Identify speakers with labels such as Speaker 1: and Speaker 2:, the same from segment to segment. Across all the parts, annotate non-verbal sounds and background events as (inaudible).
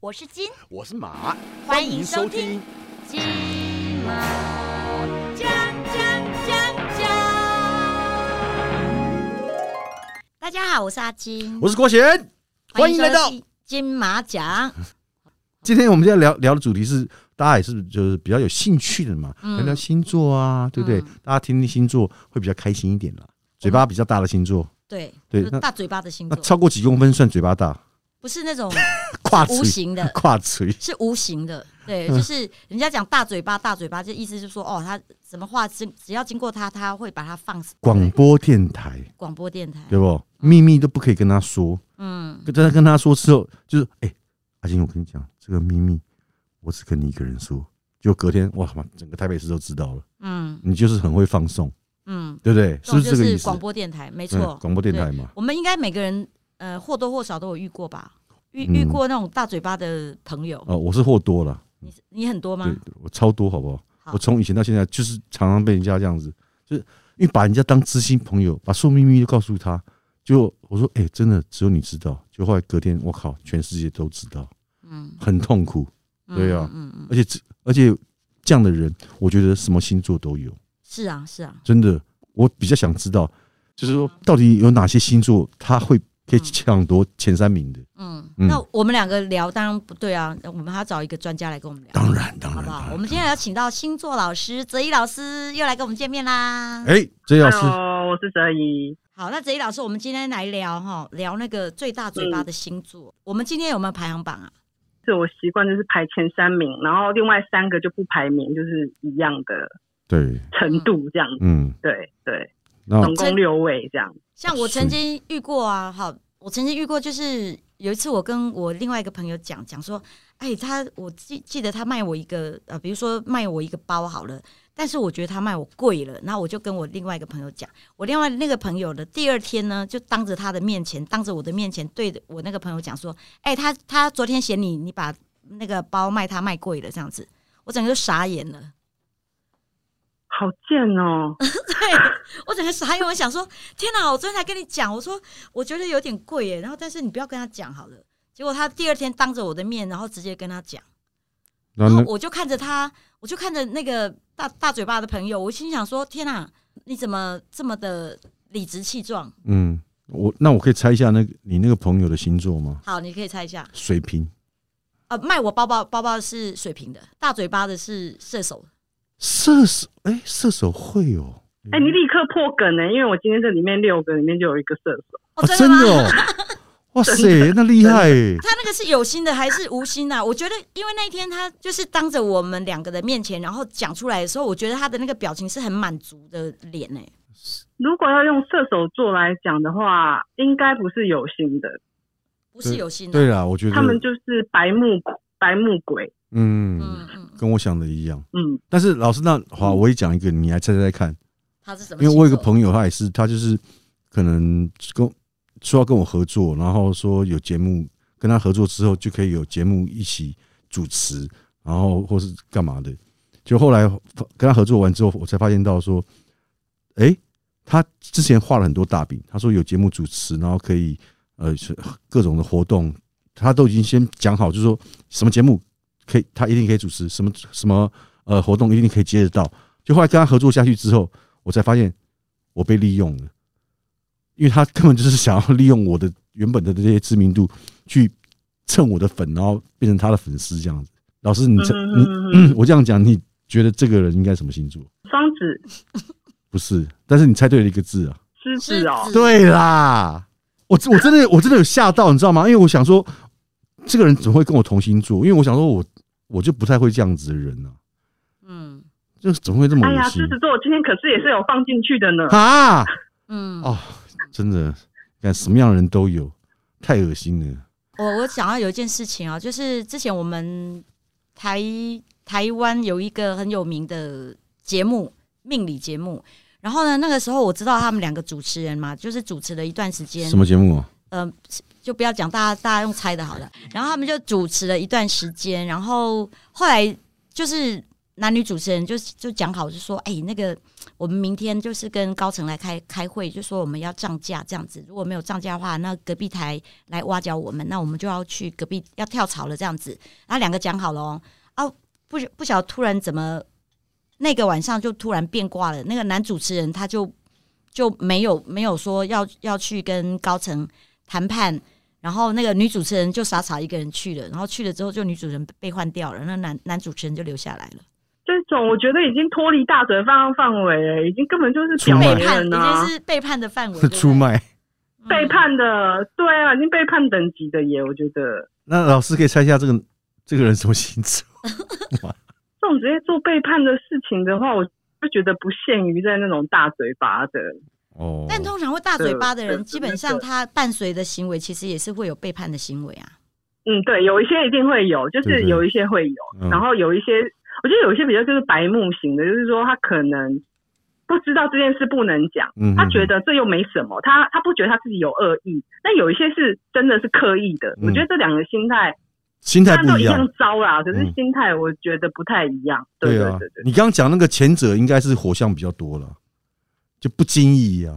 Speaker 1: 我是金
Speaker 2: 我是马，
Speaker 1: 欢迎收听。金毛讲讲讲讲。大家好，我是阿金，
Speaker 2: 我是郭贤，欢迎来
Speaker 1: 收
Speaker 2: 到。
Speaker 1: 听金马奖。
Speaker 2: 今天我们要聊聊的主题是，大家也是就是比较有兴趣的嘛，
Speaker 1: 嗯
Speaker 2: 聊聊星座啊，对不对？
Speaker 1: 嗯
Speaker 2: 大家听听星座会比较开心一点啦。嘴巴比较大的星座，
Speaker 1: 对
Speaker 2: 对
Speaker 1: 就是
Speaker 2: 那
Speaker 1: 大嘴巴的星
Speaker 2: 那
Speaker 1: 座，
Speaker 2: 超过几公分算嘴巴大？ (laughs)
Speaker 1: 不是那种
Speaker 2: 跨
Speaker 1: 无
Speaker 2: 嘴，嗯
Speaker 1: 形的，
Speaker 2: 跨嘴，
Speaker 1: 是无形的。对，就是人家讲大嘴巴，大嘴巴，这意思就是说，哦，他什么话只只要经过他，他会把它放
Speaker 2: 广播电台，
Speaker 1: 广播电台。
Speaker 2: 对不？秘密都不可以跟他说，
Speaker 1: 嗯，
Speaker 2: 跟真的跟他说之后，就是哎、阿金，我跟你讲这个秘密，我只跟你一个人说。就隔天，哇妈，整个台北市都知道了。
Speaker 1: 嗯
Speaker 2: 你就是很会放送，
Speaker 1: 嗯，
Speaker 2: 对不对？
Speaker 1: 这
Speaker 2: 是不
Speaker 1: 种
Speaker 2: 是这
Speaker 1: 就
Speaker 2: 个意
Speaker 1: 是
Speaker 2: 思？
Speaker 1: 广播电台，没
Speaker 2: 嗯
Speaker 1: 错。
Speaker 2: 广播电台嘛，
Speaker 1: 我们应该每个人呃或多或少都有遇过吧，遇
Speaker 2: 嗯
Speaker 1: 遇过那种大嘴巴的朋友，
Speaker 2: 哦，我是货多了，
Speaker 1: 你你很多吗
Speaker 2: 对？，我超多，好不好？
Speaker 1: 好
Speaker 2: 我从以前到现在，就是常常被人家这样子，就是因为把人家当知心朋友，把所有秘密都告诉他。就我说，哎、真的只有你知道。就后来隔天，我靠，全世界都知道，
Speaker 1: 嗯，
Speaker 2: 很痛苦。
Speaker 1: 嗯
Speaker 2: 对啊
Speaker 1: 嗯嗯，嗯
Speaker 2: 而且这而且这样的人，我觉得什么星座都有，
Speaker 1: 是啊是啊，
Speaker 2: 真的。我比较想知道，就是说到底有哪些星座他会可以
Speaker 1: 嗯
Speaker 2: 抢夺前三名的？
Speaker 1: 嗯，
Speaker 2: 嗯
Speaker 1: 那我们两个聊当然不对啊，我们还要找一个专家来跟我们聊，
Speaker 2: 当然，当
Speaker 1: 好
Speaker 2: 然，
Speaker 1: 不
Speaker 2: 当
Speaker 1: 好？
Speaker 2: 然
Speaker 1: 我们今天要请到星座老师泽一老师又来跟我们见面啦。
Speaker 2: 哎，这老师，
Speaker 3: Hello，我是哲怡。
Speaker 1: 好，那泽一老师，我们今天来聊哈，聊那个最大嘴巴的星
Speaker 2: 嗯
Speaker 1: 座。我们今天有没有排行榜啊？
Speaker 3: 是我习惯就是排前三名，然后另外三个就不排名，就是一样的
Speaker 2: 对，
Speaker 3: 程度这样子。
Speaker 2: 嗯，
Speaker 3: 对对，
Speaker 2: 那
Speaker 3: 总
Speaker 1: 真
Speaker 3: 共六位这样。
Speaker 1: 像我
Speaker 2: 是
Speaker 1: 曾经遇过啊，好，我曾经遇过，就是有一次我跟我另外一个朋友讲讲说，哎，他我记记得他卖我一个呃，比如说卖我一个包好了，但是我觉得他卖我贵了，然后我就跟我另外一个朋友讲，我另外那个朋友的第二天呢，就当着他的面前，当着我的面前对着我那个朋友讲说，哎，他他昨天嫌你你把那个包卖他卖贵了这样子，我整个就傻眼了。
Speaker 3: 好贱哦！
Speaker 1: 对 (laughs) 我整个傻眼，我想说，天哪！我昨天才跟你讲，我说我觉得有点贵耶，然后但是你不要跟他讲好了。结果他第二天当着我的面，然后直接跟他讲，
Speaker 2: 然
Speaker 1: 然
Speaker 2: 后
Speaker 1: 后
Speaker 2: 呢？
Speaker 1: 我就看着他，我就看着那个大大嘴巴的朋友，我心想说，天哪，你怎么这么的理直气壮？
Speaker 2: 嗯，我那我可以猜一下那个你那个朋友的星座吗？
Speaker 1: 好，你可以猜一下，
Speaker 2: 水瓶，
Speaker 1: 呃，卖我包包包包是水瓶的，大嘴巴的是射手，
Speaker 2: 射手，哎、射手会哦，
Speaker 3: 哎、你立刻破梗呢、因为我今天这里面六个里面就有一个射手，
Speaker 1: 哦，
Speaker 2: 啊
Speaker 1: 真的吗？
Speaker 2: 哦，
Speaker 1: (laughs)
Speaker 2: 哇塞，那厉害哎，
Speaker 1: 他那个是有心的还是无心的、啊？我觉得，因为那一天他就是当着我们两个的面前，然后讲出来的时候，我觉得他的那个表情是很满足的脸呢、欸
Speaker 3: 如果要用射手座来讲的话，应该不是有心的，
Speaker 1: 不是有心的、
Speaker 2: 对啦，我觉得
Speaker 3: 他们就是白目白目鬼。
Speaker 2: 嗯，
Speaker 1: 嗯嗯，
Speaker 2: 跟我想的一样。
Speaker 3: 嗯，
Speaker 2: 但是老师，那好，我也讲一个，你来猜猜看，
Speaker 1: 他是什么
Speaker 2: 因为
Speaker 1: 星座？
Speaker 2: 我有一个朋友，他也是，他就是可能跟说要跟我合作，然后说有节目跟他合作之后就可以有节目一起主持，然后或是干嘛的。就后来跟他合作完之后，我才发现到说，诶，他之前画了很多大饼，他说有节目主持，然后可以呃是各种的活动，他都已经先讲好，就是说什么节目可以，他一定可以主持，什么什么呃活动一定可以接得到。就后来跟他合作下去之后，我才发现我被利用了，因为他根本就是想要利用我的原本的这些知名度去蹭我的粉，然后变成他的粉丝这样子。老师，你这你、我这样讲，你觉得这个人应该什么星座？
Speaker 3: 双子
Speaker 2: 不是，但是你猜对了一个字啊！
Speaker 3: 狮
Speaker 1: 狮
Speaker 3: 子哦，
Speaker 1: 子
Speaker 2: 对啦，我我真的我真的有吓到，你知道吗？因为我想说，这个人怎么会跟我同星座？因为我想说我我就不太会这样子的人啊，
Speaker 1: 嗯
Speaker 2: 就是怎么会这么
Speaker 3: 哎呀，
Speaker 2: 恶心
Speaker 3: 狮子座我今天可是也是有放进去的呢。
Speaker 2: 啊？
Speaker 1: 嗯，
Speaker 2: 哦，真的，看什么样的人都有，太恶心了。
Speaker 1: 我我想到有一件事情啊，就是之前我们台台湾有一个很有名的节目，命理节目。然后呢，那个时候我知道他们两个主持人嘛，就是主持了一段时间
Speaker 2: 什，么节目啊？
Speaker 1: 嗯、就不要讲，大家大家用猜的好了。然后他们就主持了一段时间，然后后来就是男女主持人就就讲好，就说哎、那个我们明天就是跟高层来开开会，就说我们要涨价这样子，如果没有涨价的话，那隔壁台来挖角我们，那我们就要去隔壁要跳槽了这样子。然后两个讲好了哦，啊，不不晓得突然怎么那个晚上就突然变卦了，那个男主持人他就就没有没有说要要去跟高层谈判。然后那个女主持人就傻傻一个人去了，然后去了之后就女主持人被换掉了，那男男主持人就留下来了。
Speaker 3: 这种我觉得已经脱离大嘴范范围了，已经根本就是
Speaker 2: 出
Speaker 3: 表
Speaker 2: 卖
Speaker 1: 背
Speaker 3: 演
Speaker 1: 叛已
Speaker 3: 人啊
Speaker 1: 经，是嗯背叛的范围，
Speaker 2: 出卖。
Speaker 1: 对不对
Speaker 3: 背，叛的，对啊，已经背叛等级的耶，我觉得
Speaker 2: 那老师可以猜一下这个这个人什么星座？
Speaker 3: 这种直接做背叛的事情的话，我就觉得不限于在那种大嘴巴的，
Speaker 2: 哦
Speaker 1: 嗯，但通常会大嘴巴的
Speaker 3: 对
Speaker 1: 人，
Speaker 3: 对
Speaker 1: 基本上他伴随的行为其实也是会有背叛的行为啊。
Speaker 3: 嗯，对，有一些一定会有，就
Speaker 2: 对
Speaker 3: 是
Speaker 2: 对
Speaker 3: 有一些会有，
Speaker 2: 嗯
Speaker 3: 然后有一些，我觉得有一些比较就是白目型的，就是说他可能不知道这件事不能讲，
Speaker 2: 嗯哼
Speaker 3: 他觉得这又没什么，他他不觉得他自己有恶意，但有一些是真的是刻意的，
Speaker 2: 嗯
Speaker 3: 我觉得这两个心态
Speaker 2: 心态
Speaker 3: 虽然
Speaker 2: 不
Speaker 3: 都
Speaker 2: 一
Speaker 3: 一
Speaker 2: 样
Speaker 3: 样。糟啦，可是
Speaker 2: 嗯
Speaker 3: 心态我觉得不太一样，对对
Speaker 2: 啊
Speaker 3: 对对，，
Speaker 2: 你刚刚讲那个前者应该是火象比较多了，就不经意啊，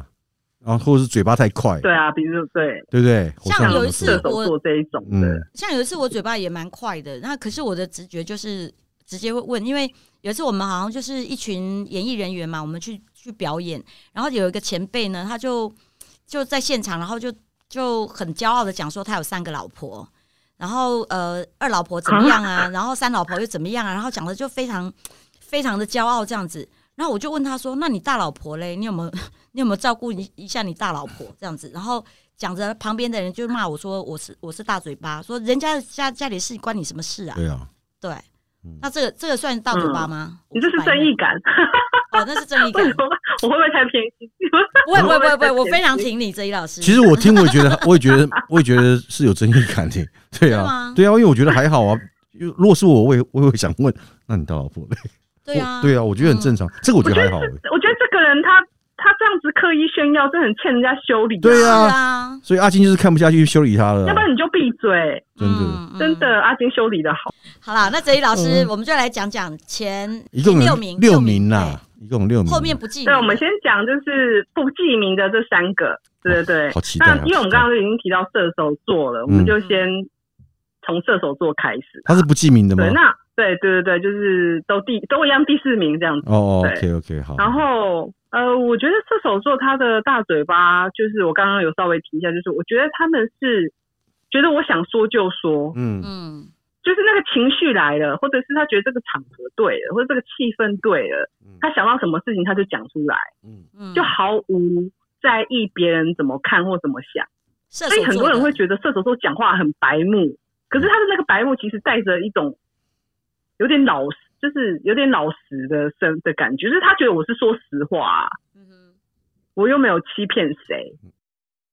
Speaker 2: 然后或者是嘴巴太快，
Speaker 3: 对啊，比如说对。
Speaker 2: 对不对？火象
Speaker 1: 像
Speaker 2: 比较
Speaker 1: 有一
Speaker 2: 多
Speaker 1: 次
Speaker 3: 射手座这一种的，
Speaker 2: 嗯
Speaker 1: 像有一次我嘴巴也蛮快的，那可是我的直觉就是直接会问，因为有一次我们好像就是一群演艺人员嘛，我们去去表演，然后有一个前辈呢，他就就在现场，然后就就很骄傲的讲说他有三个老婆，然后呃二老婆怎么样啊，然后三老婆又怎么样啊，然后讲的就非常非常的骄傲这样子。然后我就问他说：“那你大老婆嘞？你有没 (laughs) 有你有没有照顾一一下你大老婆这样子？”然后讲着，旁边的人就骂我说：“我是我是大嘴巴，说人家的家家里事关你什么事啊
Speaker 2: 对啊，？”
Speaker 1: 对，
Speaker 2: 嗯
Speaker 1: 那这个这个算大嘴巴吗？
Speaker 3: 嗯你这是正义感，
Speaker 1: 哦，那是正义
Speaker 3: 为
Speaker 1: 感
Speaker 3: (laughs) 什。么我会不会太偏心？
Speaker 1: 不会不会不会不会，我
Speaker 3: 我
Speaker 1: 非常挺你这一老师。
Speaker 2: 其实我听我也觉
Speaker 1: (laughs)
Speaker 2: 得，我也觉得，我也觉得是有争议感的，对
Speaker 1: 是
Speaker 2: 啊
Speaker 1: 吗，
Speaker 2: 对啊，因为我觉得还好啊。因为如果是我，我也我也会想问，那你大老婆嘞？
Speaker 1: 对啊嗯
Speaker 2: 我对啊，我觉得很正常，这个我觉得还好欸。
Speaker 3: 我觉得这个人他他这样子刻意炫耀，这很欠人家修理、
Speaker 2: 对
Speaker 1: 是
Speaker 2: 啊
Speaker 1: (laughs) 啊，
Speaker 2: 所以阿金就是看不下去，修理他了
Speaker 3: 要不
Speaker 2: 啊。
Speaker 3: 然你就闭嘴。
Speaker 2: 真的
Speaker 1: 嗯
Speaker 3: 真。
Speaker 1: 嗯
Speaker 3: 的，阿金修理的好，
Speaker 1: 好啦，那哲一老师
Speaker 2: 嗯，
Speaker 1: 我们就来讲讲前
Speaker 2: 一共
Speaker 1: 前
Speaker 2: 有
Speaker 1: 六名
Speaker 2: 六名啦，，嗯一共有六
Speaker 1: 对
Speaker 2: 名。
Speaker 1: 后面不记名。
Speaker 3: 对，我们先讲就是不记名的这三个，对对对。
Speaker 2: 好期待嗯啊。
Speaker 3: 那因为我们刚刚就已经提到射手座了，我们就先从射手座开始。
Speaker 2: 他是不记名的吗
Speaker 3: 对，？那对对对对，就是都第都一样第四名这样子。
Speaker 2: 哦，OK
Speaker 3: 对
Speaker 2: OK，好。
Speaker 3: 然后呃，我觉得射手座他的大嘴巴，就是我刚刚有稍微提一下，就是我觉得他们是觉得我想说就说，
Speaker 2: 嗯，
Speaker 1: 嗯，
Speaker 3: 就是那个情绪来了，或者是他觉得这个场合对了，或者这个气氛对了，他想到什么事情他就讲出来，
Speaker 2: 嗯
Speaker 1: 嗯
Speaker 3: 就毫无在意别人怎么看或怎么想。
Speaker 1: 射手
Speaker 3: 所以
Speaker 1: 座
Speaker 3: 很多人
Speaker 1: 的
Speaker 3: 会觉得射手座讲话很白目，可是他的那个白目其实带着一种有点老实，就是有点老实的声的感觉，就是他觉得我是说实话、啊，
Speaker 1: 嗯哼
Speaker 3: 我又没有欺骗谁，
Speaker 2: 嗯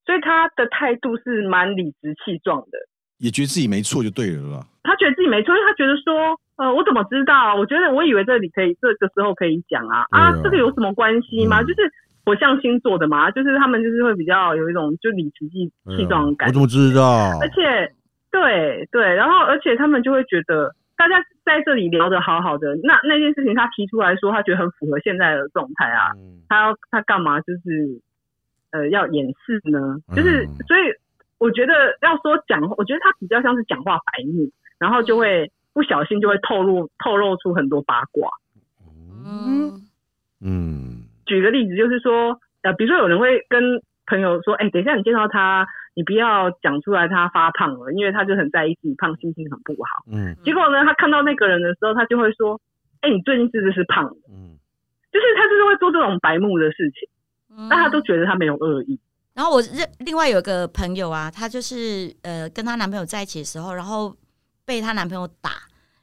Speaker 3: 所以他的态度是蛮理直气壮的。
Speaker 2: 也觉得自己没错就对了啦。
Speaker 3: 他觉得自己没错，因为他觉得说，呃，我怎么知道啊？我觉得我以为这里可以，这个时候可以讲啊，啊
Speaker 2: 对啊，
Speaker 3: 这个有什么关系吗？
Speaker 2: 嗯
Speaker 3: 就是火象星座的嘛，就是他们就是会比较有一种就理直气
Speaker 2: 哎呀
Speaker 3: 嗯气壮的感
Speaker 2: 我
Speaker 3: 觉，
Speaker 2: 怎么知道？
Speaker 3: 而且对对，然后而且他们就会觉得。大家在这里聊得好好的，那那件事情他提出来说，他觉得很符合现在的状态啊。
Speaker 2: 嗯
Speaker 3: 他要他干嘛就是呃要掩饰呢？就是、
Speaker 2: 嗯
Speaker 3: 所以我觉得要说讲，我觉得他比较像是讲话白目，然后就会不小心就会透露透露出很多八卦。
Speaker 1: 嗯
Speaker 2: 嗯
Speaker 3: 举个例子，就是说呃，比如说有人会跟朋友说，哎、等一下你见到他，你不要讲出来他发胖了，因为他就很在意自己胖，心情很不好。
Speaker 2: 嗯
Speaker 3: 结果呢，他看到那个人的时候，他就会说，哎、你最近是不是胖了？
Speaker 2: 嗯，
Speaker 3: 就是他就是会做这种白目的事情，
Speaker 1: 嗯
Speaker 3: 但他都觉得他没有恶意。
Speaker 1: 然后我认另外有一个朋友啊，她就是呃跟她男朋友在一起的时候，然后被她男朋友打，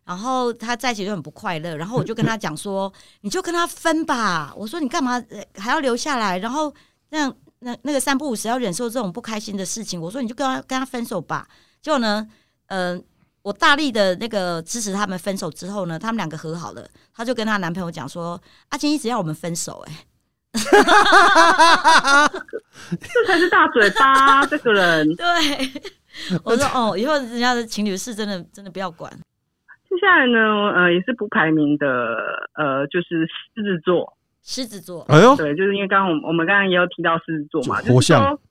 Speaker 1: 然后她在一起就很不快乐。然后我就跟她讲说，你就跟他分吧。我说你干嘛呃还要留下来？然后那样那那个三不五时要忍受这种不开心的事情，我说你就跟他跟他分手吧。结果呢，呃，我大力的那个支持他们分手之后呢，他们两个和好了。她就跟她男朋友讲说，阿金一直要我们分手、欸，哎，
Speaker 3: 才是大嘴巴这个 (laughs) 人。
Speaker 1: 对，我说哦，以后人家的情侣事真的真的不要管。
Speaker 3: 就下来呢，呃，也是不排名的，呃，就是狮子座，
Speaker 1: 狮子座，
Speaker 2: 哎呦，
Speaker 3: 对，就是因为刚刚我们我们刚刚也有提到狮子座嘛，
Speaker 2: 火象
Speaker 3: 就是说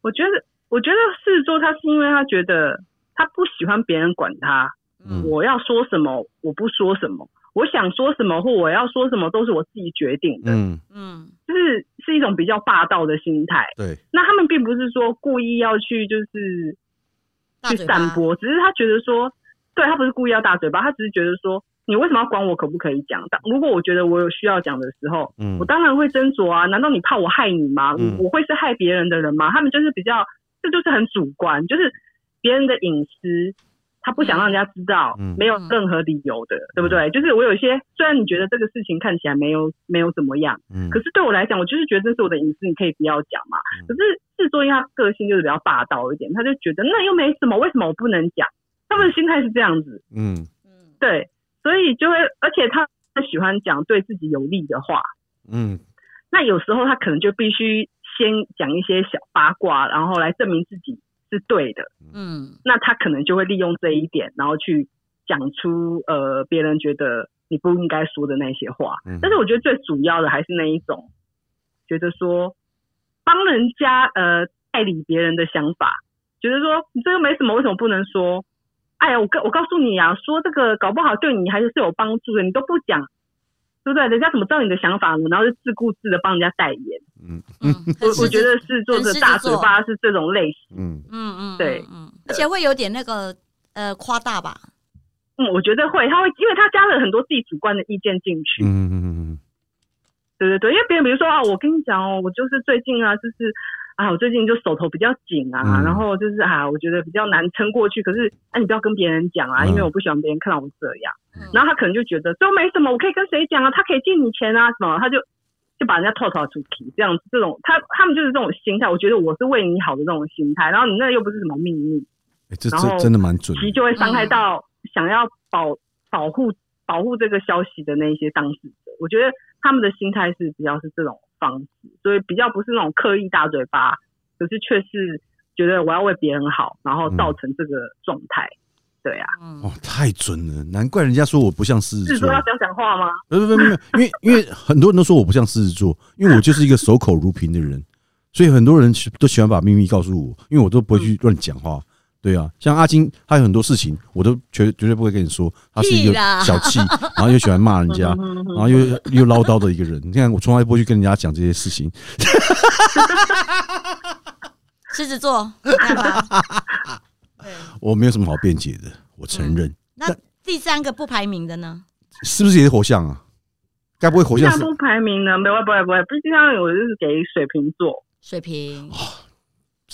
Speaker 3: 我觉得，我觉得狮子座他是因为他觉得他不喜欢别人管他，
Speaker 2: 嗯
Speaker 3: 我要说什么，我不说什么，我想说什么或我要说什么都是我自己决定的，
Speaker 2: 嗯，
Speaker 1: 嗯
Speaker 3: 就是是一种比较霸道的心态。
Speaker 2: 对，
Speaker 3: 那他们并不是说故意要去就是
Speaker 1: 大
Speaker 3: 去
Speaker 1: 嘴巴
Speaker 3: 散播，只是他觉得说，对他不是故意要大嘴巴，他只是觉得说，你为什么要管我可不可以讲？但如果我觉得我有需要讲的时候，
Speaker 2: 嗯
Speaker 3: 我，当然会斟酌啊。难道你怕我害你吗？
Speaker 2: 嗯
Speaker 3: 我我会是害别人的人吗？他们就是比较，这就是很主观，就是别人的隐私。他不想让人家知道，
Speaker 2: 嗯
Speaker 3: 没有任何理由的，对不对？就是我有一些，虽然你觉得这个事情看起来没有没有怎么样，
Speaker 2: 嗯，
Speaker 3: 可是对我来讲，我就是觉得这是我的隐私，你可以不要讲嘛
Speaker 2: 嗯。
Speaker 3: 可是制作因为他个性就是比较霸道一点，他就觉得那又没什么，为什么我不能讲？他们的心态是这样子，
Speaker 2: 嗯
Speaker 1: 嗯
Speaker 3: 对，所以就会，而且他喜欢讲对自己有利的话，
Speaker 2: 嗯
Speaker 3: 那有时候他可能就必须先讲一些小八卦，然后来证明自己是对的，
Speaker 1: 嗯
Speaker 3: 那他可能就会利用这一点，然后去讲出呃别人觉得你不应该说的那些话。
Speaker 2: 嗯
Speaker 3: 但是我觉得最主要的还是那一种，觉得说帮人家呃代理别人的想法，觉得说你这个没什么，为什么不能说？哎呀，我告我告诉你啊，说这个搞不好对你还是有帮助的，你都不讲，对不对？人家怎么知道你的想法呢？然后就自顾自的帮人家代言。
Speaker 2: 嗯
Speaker 1: 嗯，
Speaker 3: 我
Speaker 1: 很狮
Speaker 3: 我
Speaker 1: 子
Speaker 3: 觉得是做
Speaker 1: 很
Speaker 3: 的
Speaker 1: 狮子
Speaker 3: 大嘴
Speaker 1: 座
Speaker 3: 巴是这种类型。
Speaker 2: 嗯
Speaker 1: 嗯嗯，
Speaker 3: 对
Speaker 1: 嗯，嗯而且会有点那个呃夸大吧，
Speaker 3: 嗯，我觉得会，他会，因为他加了很多自己主观的意见进去。
Speaker 2: 嗯嗯
Speaker 3: 对对对，因为别人比如说啊，我跟你讲哦，我就是最近啊，就是啊，我最近就手头比较紧啊，
Speaker 2: 嗯
Speaker 3: 然后就是啊，我觉得比较难撑过去。可是啊，你不要跟别人讲啊，
Speaker 2: 嗯
Speaker 3: 因为我不喜欢别人看到我这样。
Speaker 1: 嗯
Speaker 3: 然后他可能就觉得都没什么，我可以跟谁讲啊？他可以借你钱啊，什么？他就就把人家套套出去，这样子这种他他们就是这种心态。我觉得我是为你好的这种心态，然后你那又不是什么秘密，
Speaker 2: 哎，这
Speaker 3: 然后
Speaker 2: 这真的蛮准
Speaker 3: 其
Speaker 2: 的，
Speaker 3: 实就会伤害到想要保保护保护这个消息的那一些当事者。我觉得他们的心态是比较是这种方式，所以比较不是那种刻意大嘴巴，可是却是觉得我要为别人好，然后造成这个状态。对啊，
Speaker 1: 嗯
Speaker 2: 哦，太准了，难怪人家说我不像狮
Speaker 3: 是
Speaker 2: 子
Speaker 3: 说
Speaker 2: 座。
Speaker 3: 要讲讲话吗？
Speaker 2: 不不不，没有因为因为很多人都说我不像狮子座，因为我就是一个守口如瓶的人，所以很多人喜都喜欢把秘密告诉我，因为我都不会去乱讲话。对啊，像阿金，他有很多事情我都绝绝对不会跟你说，他是一个
Speaker 1: 屁啦
Speaker 2: 小气，然后又喜欢骂人家，
Speaker 3: 嗯
Speaker 2: 然后又又唠叨的一个人。你看，我从来不会去跟人家讲这些事情。
Speaker 1: 狮子座，看
Speaker 3: (laughs)
Speaker 1: 吧对，
Speaker 2: 我没有什么好辩解的，我承认，
Speaker 1: 那第三个不排名的呢？
Speaker 2: 是不是也是火象啊？该不会火
Speaker 3: 现
Speaker 2: 象
Speaker 3: 在
Speaker 2: 是
Speaker 3: 不排名呢？没有，不会，不会，不是这样。我就是给水瓶座，
Speaker 1: 水瓶，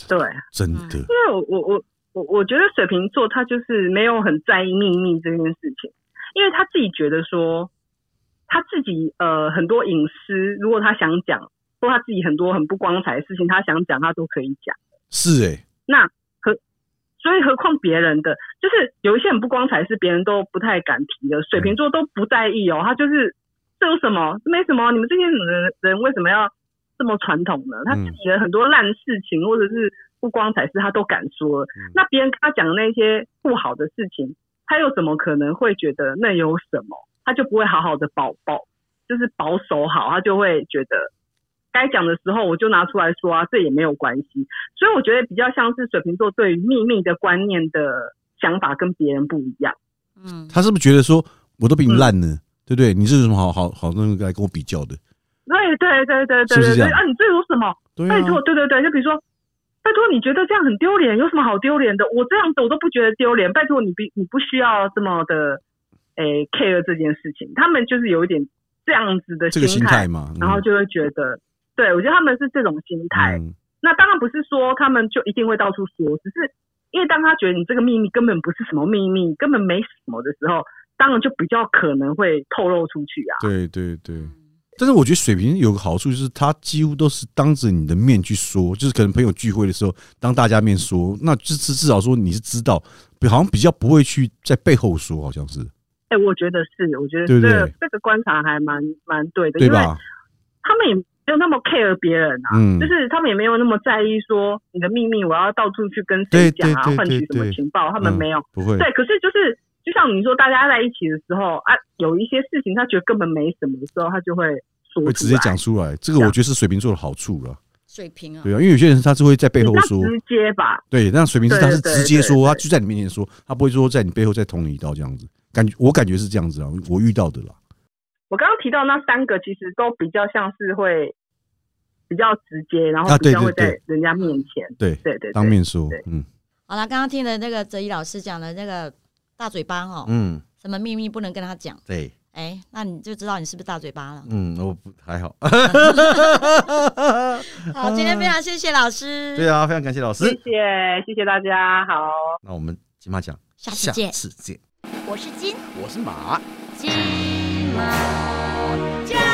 Speaker 3: 对，
Speaker 2: 真的？
Speaker 3: 因为我我我我我觉得水瓶座他就是没有很在意秘密这件事情，因为他自己觉得说他自己呃很多隐私，如果他想讲，或他自己很多很不光彩的事情，他想讲他都可以讲。
Speaker 2: 是哎、
Speaker 3: 那何所以何况别人的，就是有一些很不光彩是别人都不太敢提的，水瓶座都不在意哦，他就是这有什么，这没什么，你们这些人人为什么要这么传统呢？他自己的很多烂事情或者是不光彩事，他都敢说了，
Speaker 2: 嗯
Speaker 3: 那别人跟他讲的那些不好的事情，他又怎么可能会觉得那有什么？他就不会好好的保保，就是保守好，他就会觉得该讲的时候我就拿出来说啊，这也没有关系。所以我觉得比较像是水瓶座对于秘密的观念的想法跟别人不一样。
Speaker 1: 嗯，
Speaker 2: 他是不是觉得说我都比你烂呢？对不对？你是有什么好好好那个来跟我比较的？
Speaker 3: 对哎对对对
Speaker 2: 是
Speaker 3: 对
Speaker 2: 不是
Speaker 3: 对
Speaker 2: 这
Speaker 3: 对
Speaker 2: 样
Speaker 3: 啊！你这有什么？
Speaker 2: 对啊
Speaker 3: 拜，托，对对对，就比如说，拜托，你觉得这样很丢脸，有什么好丢脸的？我这样子我都不觉得丢脸，拜托你不你不需要这么的诶、care 这件事情。他们就是有一点这样子的
Speaker 2: 这个心态嘛，
Speaker 3: 然后
Speaker 2: 嗯
Speaker 3: 就会觉得，对我觉得他们是这种心态。
Speaker 2: 嗯
Speaker 3: 那当然不是说他们就一定会到处说，只是因为当他觉得你这个秘密根本不是什么秘密，根本没什么的时候，当然就比较可能会透露出去啊。
Speaker 2: 对对对。但是我觉得水瓶有个好处就是，他几乎都是当着你的面去说，就是可能朋友聚会的时候，当大家面说，那至至至少说你是知道，好像比较不会去在背后说，好像是
Speaker 3: 哎、我觉得是，我觉得
Speaker 2: 对
Speaker 3: 这
Speaker 2: 不对
Speaker 3: 个这个观察还蛮蛮对的，
Speaker 2: 对
Speaker 3: 因为
Speaker 2: 吧？
Speaker 3: 他们也没有那么 care 别人啊，
Speaker 2: 嗯
Speaker 3: 就是他们也没有那么在意说你的秘密我要到处去跟谁讲啊，
Speaker 2: 对对对
Speaker 3: 换取什么
Speaker 2: 对
Speaker 3: 情报，他们
Speaker 2: 嗯
Speaker 3: 没有。
Speaker 2: 不会，
Speaker 3: 对，可是就是就像像你说大家在一起的时候啊，有一些事情他觉得根本没什么的时候，他就会说出来
Speaker 2: 会直接讲，出来。
Speaker 3: 啊
Speaker 2: 这个我觉得是水瓶座的好处了，
Speaker 1: 水平啊
Speaker 2: 对，啊，因为有些人他是会在背后
Speaker 3: 他
Speaker 2: 说，
Speaker 3: 直接吧，
Speaker 2: 对，那水瓶座他是
Speaker 3: 对对
Speaker 2: 直接
Speaker 3: 对
Speaker 2: 说，
Speaker 3: 对
Speaker 2: 他就在你面前说，他不会说在你背后再捅你一刀这样子。感觉我感觉是这样子啊，我遇到的啦。
Speaker 3: 我刚刚提到那三个，其实都比较像是会比较直接，然后
Speaker 2: 啊
Speaker 3: 比
Speaker 2: 对
Speaker 3: 较会
Speaker 2: 对对
Speaker 3: 在人家面前，
Speaker 2: 对，
Speaker 3: 对对对，
Speaker 2: 当面说
Speaker 3: 对，
Speaker 2: 嗯
Speaker 1: 好了，刚刚听了那个哲一老师讲的那个大嘴巴哈，
Speaker 2: 嗯，
Speaker 1: 什么秘密不能跟他讲，
Speaker 2: 对，
Speaker 1: 哎、那你就知道你是不是大嘴巴了。
Speaker 2: 嗯，我不还好。
Speaker 1: 好，今天非常谢谢老
Speaker 3: 嗯
Speaker 1: 师，
Speaker 2: 嗯对啊，非常感谢老
Speaker 3: 谢
Speaker 2: 师。
Speaker 3: 谢谢谢大家，好。
Speaker 2: 那我们金马奖
Speaker 1: 下次见
Speaker 2: 次见。
Speaker 1: 我是金
Speaker 2: 我是马。
Speaker 1: 金毛奖。